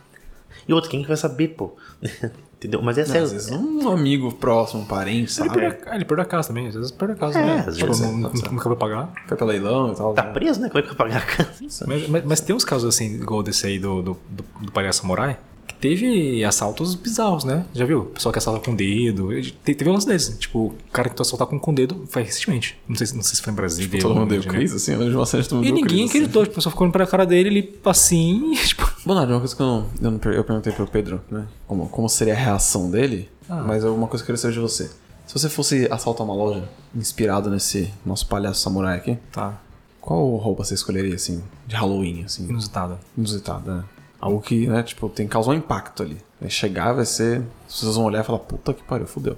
S3: E outro, quem que vai saber, pô? Entendeu? Mas é
S1: Não,
S3: sério.
S1: às vezes um amigo próximo, um parente, sabe?
S2: Ele perdeu, a- ele perdeu a casa também, às vezes perdeu a casa,
S3: É,
S2: né?
S3: às
S2: Tipo,
S3: vezes,
S2: não-
S1: é,
S2: não-
S1: tá certo.
S2: nunca vai pagar.
S1: Foi pra leilão e tal.
S3: Tá preso, né? Como é que vai pagar a casa?
S2: Mas, mas- mas tem uns casos assim, igual desse aí do, do, do, do palhaço samurai, que teve assaltos bizarros, né? Já viu? Pessoal que assalta com o dedo. Te- Teve um lance desses. Tipo, o cara que tu assaltar com, com o dedo foi recentemente. Não sei, se- não sei se foi em Brasília.
S1: Todo
S2: ou
S1: mundo deu
S2: Rio de
S1: crise, assim, eu lembro de uma cena de todo
S2: Janeiro.
S1: mundo
S2: E
S1: deu
S2: ninguém
S1: crise, assim.
S2: acreditou, tipo, só ficou olhando pra cara dele, ele assim, tipo,
S1: Bonardo, uma coisa que eu não, eu, não per- eu perguntei pro Pedro, né? Como, como seria a reação dele, mas é uma coisa que eu queria saber de você. Se você fosse assaltar uma loja, inspirado nesse nosso palhaço samurai aqui,
S2: tá,
S1: qual roupa você escolheria, assim, de Halloween, assim,
S2: inusitado.
S1: inusitada, né? Algo que, né, tipo, tem que causar um impacto ali. Vai chegar, vai ser. As pessoas vão olhar e falar, puta que pariu, fudeu.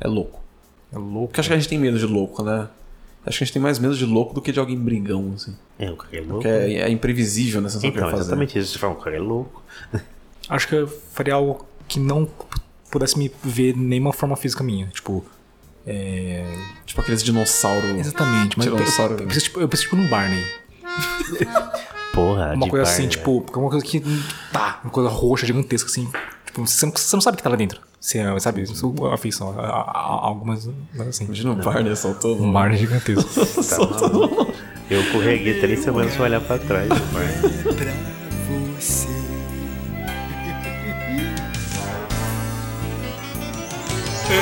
S1: É louco. É louco. Porque acho que a gente tem medo de louco, né? Acho que a gente tem mais medo de louco do que de alguém brigão, assim.
S3: É, o cara é louco.
S1: Porque é, é imprevisível, né? Você não sabe o que
S3: Então,
S1: vai fazer.
S3: exatamente isso. Você fala, o cara é louco.
S2: Acho que eu faria algo que não p- pudesse me ver nenhuma forma física minha. Tipo. É...
S1: Tipo aqueles dinossauros.
S2: Exatamente, mas eu,
S1: Tiranossauro.
S2: eu, eu, penso, tipo, eu penso tipo num Barney.
S3: Porra,
S2: Uma
S3: de
S2: coisa
S3: bar,
S2: assim,
S3: né?
S2: tipo, porque é uma coisa que. Tá, uma coisa roxa, gigantesca, assim. Tipo, você não, você não sabe o que tá lá dentro. Você é, sabe, isso é uma ficção. a- a- a- Algumas. Assim.
S1: Imagina um Barney assaltando.
S2: Um Barney gigantesco.
S3: Tá maluco. Eu correguei três semanas pra olhar pra trás, mano.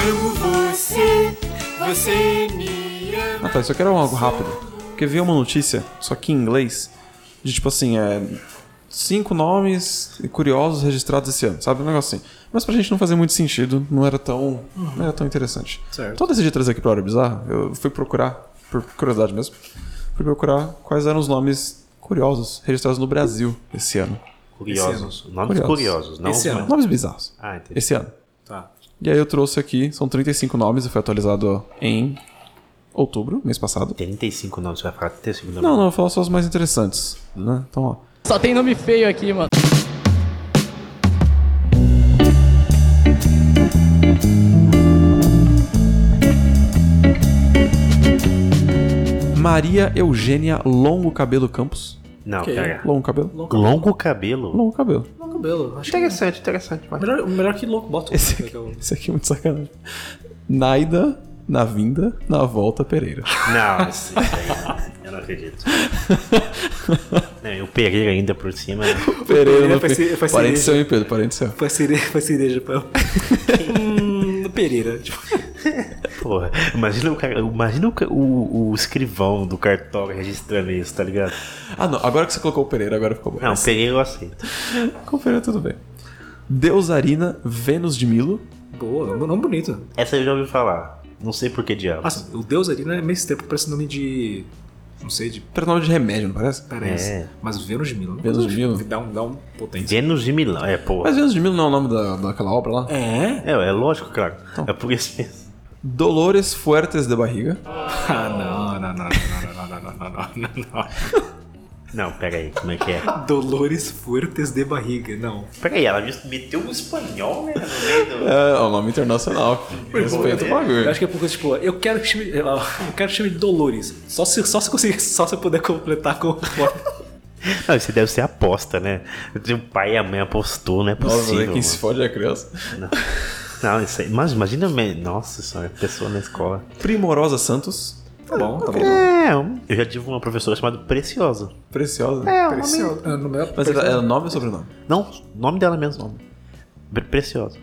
S12: Amo você, você me ama.
S1: Ah tá, eu só quero algo rápido. Porque veio uma notícia, só que em inglês, de tipo assim, é. Cinco nomes curiosos registrados esse ano, sabe? Um negócio assim. Mas pra gente não fazer muito sentido, não era tão. Não era tão interessante.
S2: Certo.
S1: Então eu decidi trazer aqui pra Hora Bizarra, eu fui procurar, por curiosidade mesmo, fui procurar quais eram os nomes curiosos registrados no Brasil esse ano.
S3: Curiosos.
S1: Esse ano.
S3: Nomes curiosos, não- Esse ano.
S1: Nomes bizarros.
S3: Ah, entendi.
S1: Esse ano.
S2: Tá.
S1: E aí eu trouxe aqui, são 35 nomes, e foi atualizado em outubro, mês passado.
S3: 35 nomes, você vai falar 35 nomes.
S1: Não, não, eu vou falar só os mais interessantes, né? Então, ó.
S13: Só tem nome feio aqui, mano.
S1: Maria Eugênia Longo Cabelo Campos.
S3: Não,
S1: Que
S3: pera.
S1: Longo Cabelo.
S3: Longo cabelo?
S1: Longo Cabelo.
S2: Louco belo. Acho
S3: interessante, interessante.
S2: Melhor, melhor que louco bota.
S1: Esse aqui, esse aqui é muito sacanagem. Naida, na vinda, na volta, Pereira.
S3: Não, isso aí não. Eu não acredito. Não, e o Pereira ainda por cima. né?
S1: Pereira no
S2: Foi
S1: fim.
S2: ci- foi
S1: Parente
S2: cereja.
S1: seu, hein, Pedro? Parente seu.
S2: Foi cereja, foi cereja pra Hum, Pereira. Tipo,
S3: Porra, imagina o cara. Imagina o, ca- o, o escrivão do cartório registrando isso, tá ligado?
S1: Ah, não. Agora que você colocou o Pereira, agora ficou bom.
S3: Não, Pereira eu aceito.
S1: Com Pereira tudo bem. Deusarina, Vênus de Milo.
S2: boa, um nome bonito.
S3: Essa eu já ouvi falar. Não sei por que diabos.
S2: Nossa, o Deus ali né, é meio tempo parece nome de. Não sei, de.
S1: Prenome de remédio, não parece?
S2: Parece.
S3: É.
S2: Mas Vênus de Milo.
S1: Vênus de Milo.
S2: Dá um, dá um potência.
S3: Vênus de Milão, é porra.
S1: Mas Vênus de Milo não é o nome da, daquela obra lá?
S2: É?
S3: É, é lógico, cara. É por isso mesmo.
S1: Dolores Fuertes de Barriga.
S2: Ah, não, não, não, não, não, não, não, não, não, não,
S3: Não, pera aí, como é que é?
S2: não. Dolores Fuertes de Barriga, não.
S3: Pera aí, ela meteu um espanhol, né? No meio do.
S1: É, é um nome internacional. Respeita o
S2: Eu
S1: bagulho.
S2: acho que é porque, tipo, eu quero que chame, eu quero que chame de Dolores. Só se, só se eu conseguir, só se eu puder completar com.
S3: Não, isso deve ser aposta, né? O pai e a mãe apostou, não é
S1: Nossa,
S3: possível.
S1: quem se
S3: mano.
S1: fode é a criança.
S3: Não, Não, isso aí. Mas imagina, me- nossa senhora, pessoa na escola.
S1: Primorosa Santos. Tá bom, tá bom.
S3: É, um- eu já tive uma professora chamada Preciosa.
S1: Preciosa.
S3: É,
S1: um
S2: Preciosa. Ah, no
S1: Mas
S2: meu-
S1: é, era,
S2: Preciosa.
S1: era nome ou sobrenome?
S3: Não, nome dela mesmo. Nome. Pre- Preciosa.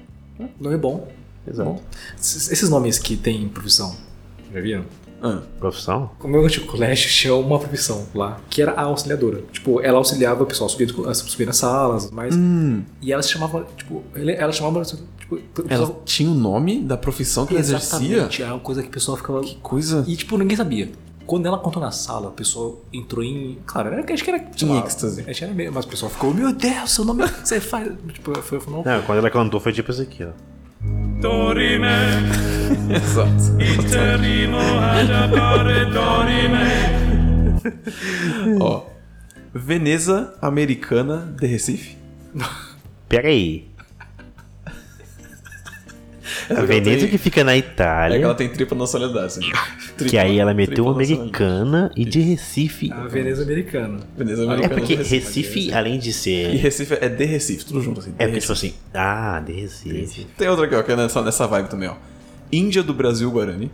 S2: Nome é bom.
S3: Exato.
S2: Bom. Esses esses nomes que tem profissão, já viram?
S1: Ah.
S3: Profissão?
S2: O meu antigo colégio tinha uma profissão lá, que era a auxiliadora. Tipo, ela auxiliava o pessoal a subir, a subir nas salas, mas.
S1: Hum.
S2: E ela se chamava, tipo, ele- ela chamava. Tipo, o
S1: Ela
S2: pessoal-
S1: tinha o nome da profissão que ela exercia?
S2: Exatamente, era uma coisa que o pessoal ficava. Que
S1: coisa.
S2: E, tipo, ninguém sabia. Quando ela contou na sala, o pessoal entrou em. Claro, era, acho que era. sei
S1: Em
S2: lá,
S1: êxtase.
S2: Acho que era meio, mas o pessoal ficou, meu Deus, seu nome é. Você faz. Tipo, foi, foi uma
S3: Não, quando ela cantou foi tipo isso aqui, ó.
S12: Dorime,
S1: Exato.
S12: iterimo ad appare dorime.
S1: Ó. Veneza Americana de Recife.
S3: Pera aí. A
S1: É ela
S3: Veneza
S1: tem-
S3: que fica na Itália.
S1: É que ela tem tripa nacionalidade, assim.
S3: Que aí ela meteu um
S1: Tripla
S3: uma americana e de Recife.
S2: A Veneza americana.
S1: Veneza
S3: É
S1: americana.
S3: porque
S1: de
S3: Recife, além de
S1: E
S3: ser.
S1: Recife é de Recife, tudo junto, assim.
S3: É
S1: de
S3: porque, tipo assim. Ah, de Recife.
S1: Tem outra aqui, ó, que é nessa, nessa vibe também, ó. Índia do Brasil Guarani.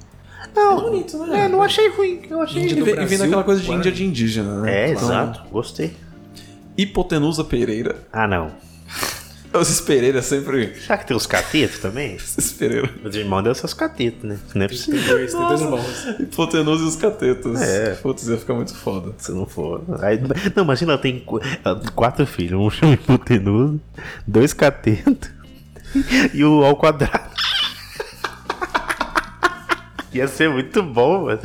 S3: Não,
S1: bonito,
S3: né? É, não achei ruim. Eu achei
S1: E vem, e vem daquela coisa de Índia de indígena, né?
S3: É,
S1: Então,
S3: exato. Gostei.
S1: Hipotenusa Pereira.
S3: Ah, não.
S1: Esses Pereira sempre.
S3: Será que tem os catetos também?
S1: Esses Pereira.
S3: Os irmãos devem ser os catetos, né? Não é possível.
S2: dois, tem dois
S1: Nossa.
S2: irmãos.
S1: Hipotenusa e os catetos.
S3: É.
S1: Putz, ia ficar muito foda.
S3: Se não for. Aí- não, imagina, ela tem qu- ela tem quatro filhos. Um chama hipotenusa, dois catetos e o ao quadrado. Ia ser muito bom, mano.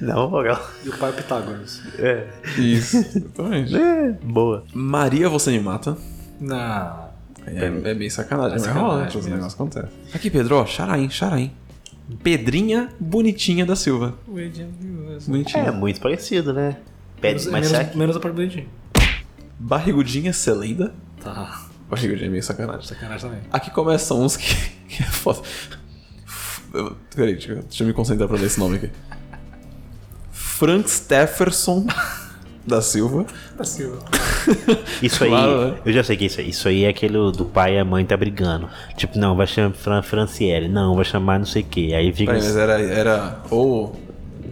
S3: Não, moral.
S2: E o pai Pitágoras.
S3: É.
S1: Isso, exatamente.
S3: É, boa.
S1: Maria, você me mata.
S2: Não.
S1: É, é meio sacanagem,
S2: É
S1: mas
S2: sacanagem
S1: rola, né? Os é.
S2: mesmo.
S1: negócios acontecem. Aqui, Pedro, ó, xará, hein, xará, hein. Pedrinha Bonitinha da Silva. Bonitinha.
S3: É muito parecido, né? Pede, mas será
S2: é menos,
S3: que-
S2: menos a parte do dedinho.
S1: Barrigudinha Celenda.
S2: Tá.
S1: Barrigudinha é meio sacanagem.
S2: Sacanagem também.
S1: Aqui começam uns que, que é foda. Eu- Peraí, deixa, eu- deixa eu me concentrar pra ler esse nome aqui. Frank Stefferson da Silva.
S2: Da Silva.
S3: Isso aí,
S1: Claro, né?
S3: eu já sei que isso aí. Isso aí é aquele do pai e a mãe tá brigando. Tipo, não, vai chamar Fran Franciele, não, vai chamar não sei o que. Aí fica. assim,
S1: Peraí, mas era, era ou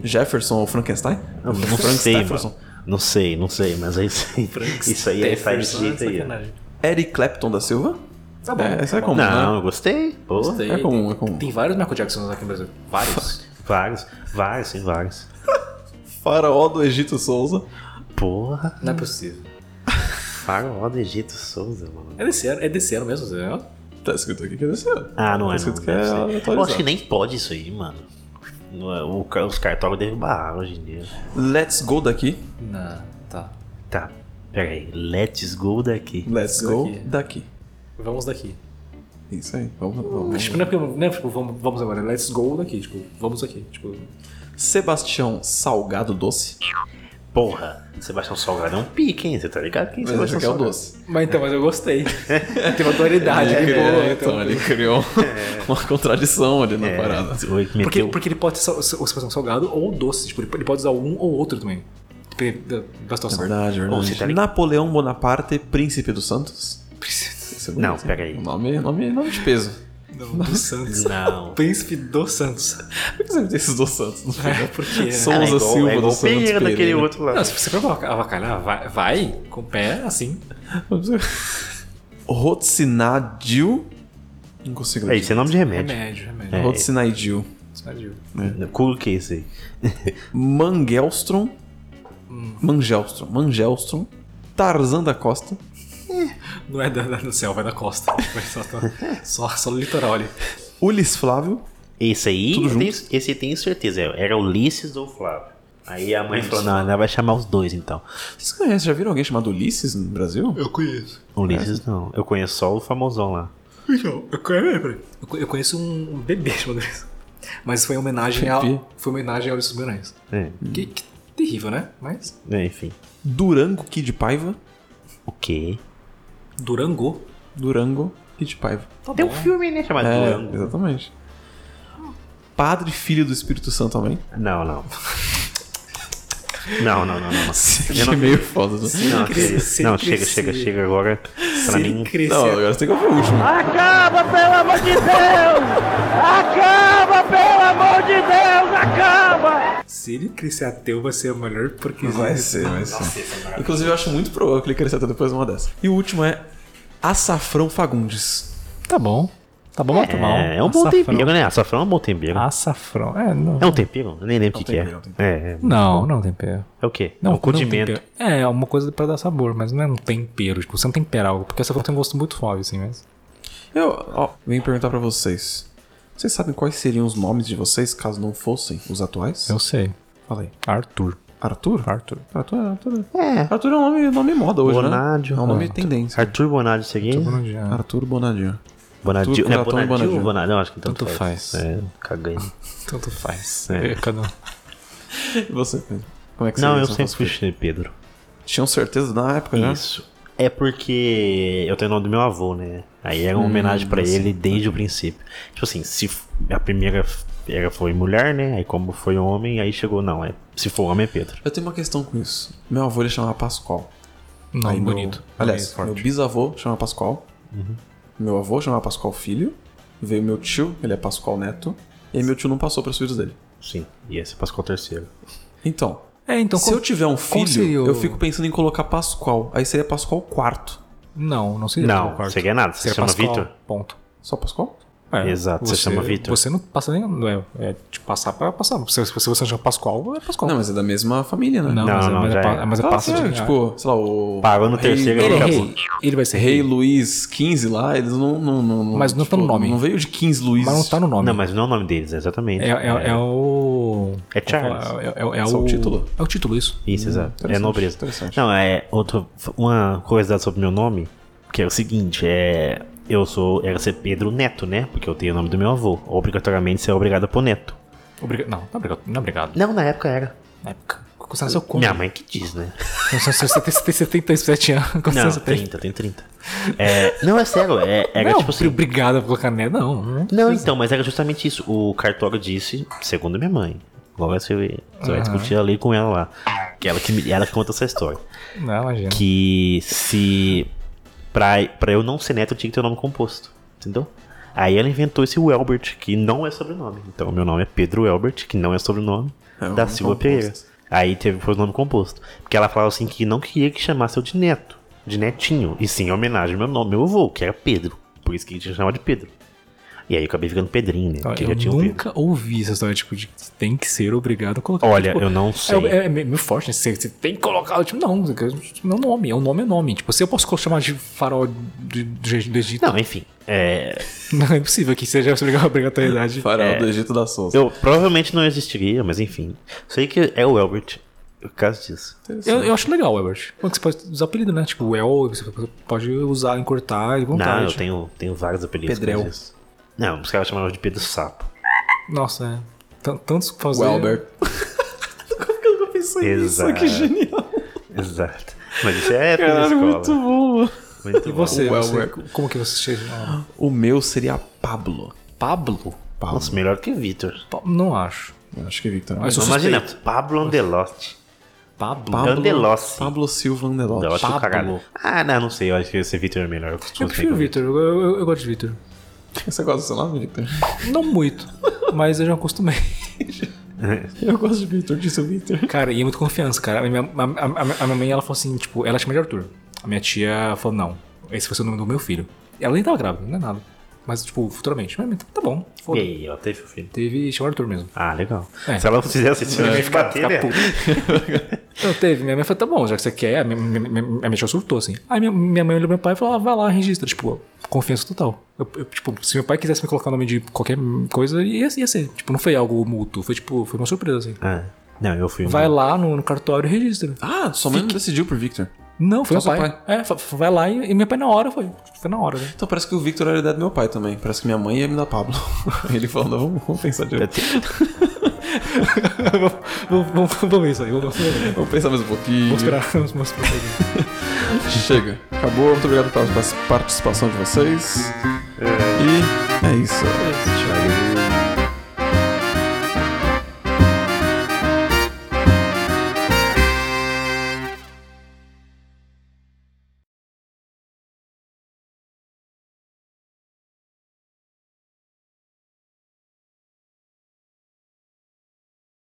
S1: Jefferson ou Frankenstein?
S3: Não, não
S1: é- Frank
S3: sei,
S1: Stefferson.
S3: mano. Não sei, não sei, mas é isso aí. isso aí é faz jeito aí. ó.
S1: Eric Clapton da Silva?
S2: Tá bom.
S1: É, isso é
S2: Tá
S1: comum, né?
S2: bom.
S3: Não, eu gostei. Pô.
S1: É comum, é comum.
S2: Tem vários Michael Jacksons aqui no Brasil. Vários.
S3: Vários, vários, tem vários.
S1: Faraó do Egito Souza.
S3: Porra.
S2: Não é possível.
S3: Faraó do Egito Souza, mano.
S2: É desse ano, é desse ano mesmo, você viu?
S1: Tá escrito aqui que é desse ano.
S3: Ah,
S1: tá
S3: não é. Não,
S1: escrito que
S3: deve
S1: é
S3: ser.
S1: atualizado.
S3: eu acho que nem pode isso aí, mano. Não é- o ca- os cartórios devem barrar hoje em dia.
S1: Let's Go daqui.
S2: Não, tá.
S3: Tá, peraí. Let's go daqui.
S1: Let's Go daqui.
S2: Vamos daqui.
S1: Isso aí, vamos, vamos.
S2: Tipo, não é porque, não é, tipo, vamos, vamos agora. Let's go daqui, tipo, vamos aqui. Tipo,
S1: Sebastião Salgado Doce.
S3: Porra, Sebastião Salgado é um pique, hein? Você tá ligado? Quem é
S1: Mas esse
S3: Sebastião
S1: aqui é o
S3: Salgado?
S1: doce.
S2: Mas então, mas eu gostei. Tem uma dualidade.
S1: ele
S2: que
S1: criou,
S2: boa,
S1: então, É. ele criou uma contradição ali na parada.
S3: É,
S2: Porque, porque ele pode ser sal- ou sepação salgado ou doce. Tipo, ele ele pode usar um ou outro também. Depende da, da
S1: É
S2: situação.
S1: verdade, é
S3: Ou você
S1: verdade.
S3: tá ligado?
S1: Napoleão Bonaparte, Príncipe dos Santos. Príncipe.
S3: Não, peraí.
S1: Nome, nome, nome de peso.
S2: Não, do Santos.
S3: Não.
S2: Príncipe do Santos.
S1: Por que sempre tem esses dos Santos? no final?
S2: É, porque...
S1: Souza
S3: Cara, é igual-
S1: Silva
S3: é igual
S1: dos Santos.
S3: Pinheiro daquele
S1: Pereira.
S3: outro lá.
S2: Não, se você for avacalhar, vai, vai com o pé assim.
S1: Rotsinadil. Não consigo
S3: É, isso é nome de remédio.
S2: Remédio, remédio.
S1: É. Rotsinadil.
S2: Sadio.
S3: Culo que é esse aí?
S1: Mangelstrom. Hum. Mangelstrom. Mangelstrom. Tarzan da Costa.
S2: Não é da, da, do céu, vai da costa. Vai só, só, só no litoral ali.
S1: Ulis Flávio.
S3: Esse aí,
S1: Tudo
S3: eu tenho, esse eu tenho certeza. é, Era Ulisses ou Flávio. Aí a mãe falou, não, ela vai chamar os dois então.
S1: Vocês conhecem? Já viram alguém chamado Ulisses no Brasil?
S2: Eu conheço.
S3: Ulisses não. Eu conheço só o famosão lá.
S2: Então, eu conheço, eu, co- eu conheço um um bebê chamado isso. Mas foi em homenagem ao.
S1: Bebê?
S2: Foi em homenagem ao Ulisses Guimarães.
S3: É,
S2: Que, que terrível, né? Mas.
S3: é, enfim.
S1: Durango Kid Paiva.
S3: O quê?
S2: Durango.
S1: Durango Kid Paiva.
S2: Tá
S3: Tem
S2: bom.
S3: um filme, né? Chamado
S1: é,
S3: Durango.
S1: exatamente. Padre e Filho do Espírito Santo também.
S3: Não, não. Não, não, não, não. não.
S1: Que é meio foda. né?
S3: Não,
S2: crescer,
S3: chega,
S2: se
S3: não,
S2: crescer.
S3: chega, chega, chega agora. Pra
S2: Se
S3: mim.
S2: ele crescer.
S1: Não, agora você tem que ouvir o último.
S12: Acaba, pelo amor de Deus! Acaba, pelo amor de Deus! Acaba!
S2: Se ele crescer ateu, vai ser o melhor porque
S1: Vai ser, vai ser. Inclusive, eu acho muito provável que ele cresça até depois de uma dessa. E o último é Açafrão Fagundes.
S2: Tá bom. Tá bom, mas tá mal.
S3: É, é um bom tempero, né? Açafrão é um bom tempero.
S2: Açafrão. É, não.
S3: É um tempero? Eu nem lembro o que, que é.
S1: tempero, é um
S3: É, é.
S2: Não, não é um tempero.
S3: É o quê?
S2: Não,
S3: é um condimento.
S2: tempero. É, é uma coisa pra dar sabor, mas não é um tempero. Tipo, você não tempera algo, porque açafrão tem um gosto muito suave, assim mesmo.
S1: Eu, ó, vim perguntar pra vocês. Vocês sabem quais seriam os nomes de vocês, caso não fossem os atuais?
S2: Eu sei.
S1: Falei.
S2: Arthur.
S1: Arthur?
S2: Arthur.
S1: Arthur, Arthur.
S3: É.
S1: Arthur é um nome, nome moda hoje,
S3: Bonadio.
S1: né? É um nome
S3: Ah,
S1: tendência.
S3: Arthur Bonadio seria?
S2: Arthur.
S1: Arthur Bonadio.
S3: Bonadio.
S1: Arthur
S3: Não, é
S1: Curatão
S3: Bonadio, Bonadio.
S1: Bonadio.
S3: Não, acho que tanto,
S2: Tanto
S3: faz.
S2: faz.
S3: É, caguei.
S2: Tanto faz.
S3: É.
S2: É, cada um.
S1: E você, Pedro? Como é que
S3: Não,
S1: seria
S3: eu
S1: se
S3: sempre
S1: fosse
S3: fui
S1: Pedro?
S3: Pedro.
S1: Tinham um certeza na época, né?
S3: Isso. É porque eu tenho o nome do meu avô, né? Aí
S2: Hum,
S3: era uma homenagem pra ele desde o princípio. Tipo assim, se f- a primeira era foi mulher, né? Aí como foi homem, aí chegou, não, é, se for homem é Pedro.
S1: Eu tenho uma questão com isso. Meu avô ele chamava Pascoal.
S2: Nome
S1: meu-
S2: Ah, bonito.
S1: aliás,
S2: Nome
S1: meu
S2: forte. Uhum.
S1: bisavô chama Pascoal. Meu avô chamava Pascoal Filho. Veio meu tio, ele é Pascoal Neto. E aí meu tio não passou para os filhos dele.
S3: Sim, e esse é Pascoal terceiro.
S1: Então,
S2: É, então.
S1: se eu tiver um
S2: qual
S1: filho,
S2: seria o-
S1: eu fico pensando em colocar Pascoal. Aí seria Pascoal quarto.
S2: Não, não seria
S3: Não,
S2: Arthur Quarto.
S3: seria nada, você
S2: Seria
S3: chama
S2: Pascal,
S3: Vitor?
S2: Ponto.
S1: Só Pascoal?
S2: É,
S3: Exato, você chama Vitor.
S2: Você não passa nem. não É, é de passar pra passar. Se, se você chama Pascoal, é Pascoal.
S1: Não, mas é da mesma família, né?
S2: Não,
S3: Não,
S2: mas, é-
S3: não,
S2: mas,
S3: já
S2: é, pa-
S3: é.
S2: mas é
S1: Ah,
S2: passa
S1: sério,
S2: de-
S1: tipo, sei lá, o.
S3: Parou no
S1: Rei-
S3: terceiro
S2: Ele
S3: e
S2: é
S3: acabou.
S2: rei. Ele vai ser rei.
S1: Rei Luiz 15 lá, eles não. não, não não-
S2: Mas não tá no nome.
S1: Não veio de 15 Luiz.
S2: Mas não tá no nome.
S3: Não, mas não é o nome deles, exatamente.
S2: É, é, é o.
S3: É Charles.
S2: É, é- é
S1: Só o
S2: o
S1: título.
S2: É o título, isso.
S3: Isso, exato. É
S1: Interessante,
S3: nobreza.
S1: interessante.
S3: Não, é outra uma curiosidade sobre meu nome, que é o seguinte, é Eu sou. Era ser Pedro Neto, né? Porque eu tenho o nome do meu avô. Obrigatoriamente você é obrigado por neto.
S2: Obriga- Não, não é obrigado. Não, é obrigado. É,
S3: Não, na época era.
S2: Na época. Você nasceu quando?
S3: Minha mãe que diz, né?
S2: Você você tem, você tem 77 anos. quantos
S3: Não,
S2: anos você tem?
S3: 30, tem 30. É, não, é sério, é, era
S2: Não,
S3: tipo assim.
S2: Obrigado por colocar neto, não.
S3: Não, então, mas era justamente isso. O cartório disse, segundo minha mãe. Agora você, vai- você vai
S2: Aham.
S3: discutir a lei com ela lá. Que ela que me- ela que conta essa história.
S2: Não, imagina.
S3: Que se. Pra, pra eu não ser neto, eu tinha que ter o nome composto. Entendeu? Aí ela inventou esse Welbert, que não é sobrenome. Então, meu nome é Pedro Welbert, que não é sobrenome,
S1: um
S3: da
S1: nome
S3: Silva
S1: composto.
S3: Pereira. Aí teve, foi o nome composto. Porque ela falava assim que não queria que chamasse eu de neto, de netinho. E sim, em homenagem ao meu nome, meu avô, que era Pedro. Por isso que ele tinha chamado de Pedro. E aí eu acabei ficando Pedrinho, né? Porque
S2: Então, eu
S3: já tinha o Pedro.
S2: nunca ouvi essa história, tipo, de que tem que ser obrigado a colocar.
S3: Olha,
S2: tipo,
S3: eu não sei.
S2: É, é meio forte, né? Você, você tem que colocar. Tipo, não, você quer- não é um nome, é um nome, é um nome. Tipo, se eu posso chamar de farol do, do jeito do Egito.
S3: Não, enfim. É,
S2: Não é possível que seja obriga- obrigatoriedade.
S1: Farol
S3: É.
S1: do Egito da Souza.
S3: eu provavelmente não existiria, mas enfim. Sei que é o Welbert, por causa disso.
S2: Eu, eu acho legal, Ebert. Porque você pode usar apelido, né? Tipo, Well, você pode usar, encurtar e vontade.
S3: Não, eu tenho, tenho vários apelidos.
S2: Pedrel.
S3: mas isso- Não, os caras chamavam de Pedro Sapo.
S2: Nossa, é. Tan- Tantos fazer.
S1: Welbert.
S3: Exato. Exato. Mas isso é época da
S1: Caralho,
S3: escola.
S1: muito bom, mano.
S3: Muito
S2: E você,
S1: O
S2: você
S1: Welbert.
S2: como que você chega?
S1: O meu seria Pablo.
S2: Pablo?
S1: Pablo.
S3: Nossa, melhor que Vitor.
S2: Pa- Não acho.
S1: Eu Acho que é Victor.
S2: Mas eu sou
S3: Imagina,
S2: suspeito.
S3: Pablo Andelotti.
S2: Pablo.
S1: Pablo,
S3: Andelossi. é
S1: Pablo Silva
S3: Eu
S1: Andelotti.
S3: acho que o
S2: Pablo.
S3: caralho. Ah, não, não sei. Eu acho que esse Vitor é melhor. Eu, costumo
S2: Eu prefiro o
S3: sempre-
S2: Vitor, eu, eu- eu gosto de Vitor.
S1: Você gosta do seu nome, Victor?
S2: Não muito, mas eu já acostumei.
S1: Eu gosto de Victor, disse o Victor.
S2: Cara, e é muito confiança, cara. A minha, a- a- a minha mãe, ela falou assim, tipo, ela chama de Arthur. A minha tia falou, não, esse vai ser o nome do meu filho. Ela nem tava grávida, não é nada. Mas, tipo, futuramente. Mas, tá bom,
S3: E
S2: foda
S3: aí, ela teve o filho.
S2: Teve, chama Arthur mesmo.
S3: Ah, legal.
S2: É.
S3: Se ela não fizesse isso,
S2: É,
S3: eu ia
S2: ficar-
S3: bater, né?
S2: Então teve, minha mãe falou, tá bom, já que você quer, a minha, minha, minha, minha tia surtou, assim. Aí minha, minha mãe olhou pro meu pai e falou, ah, vai lá, registra, tipo, confiança total. Eu- eu, tipo, se meu pai quisesse me colocar o nome de qualquer coisa, ia, ia ser. Tipo, não foi algo mútuo, foi tipo, foi uma surpresa, assim.
S3: Ah, não, eu fui um...
S2: Vai lá no, no cartório e registra.
S1: Ah, sua mãe não decidiu por Victor.
S2: Não, foi
S1: Só
S2: meu
S1: seu
S2: pai. É, fa- fa- vai lá e, e meu pai na hora foi. Foi na hora, né?
S1: Então parece que o Victor era a ideia do meu pai também. Parece que minha mãe ia me dar Pablo. Ele falou, não, vamos, vamos pensar direito.
S2: vamos, vamos, vamos ver isso aí, vamos, vamos
S1: Vamos pensar mais um pouquinho.
S2: esperar. Vamos mostrar pra ele.
S1: Chega. Acabou. Muito obrigado pela participação de vocês. E é isso.
S3: Valeu.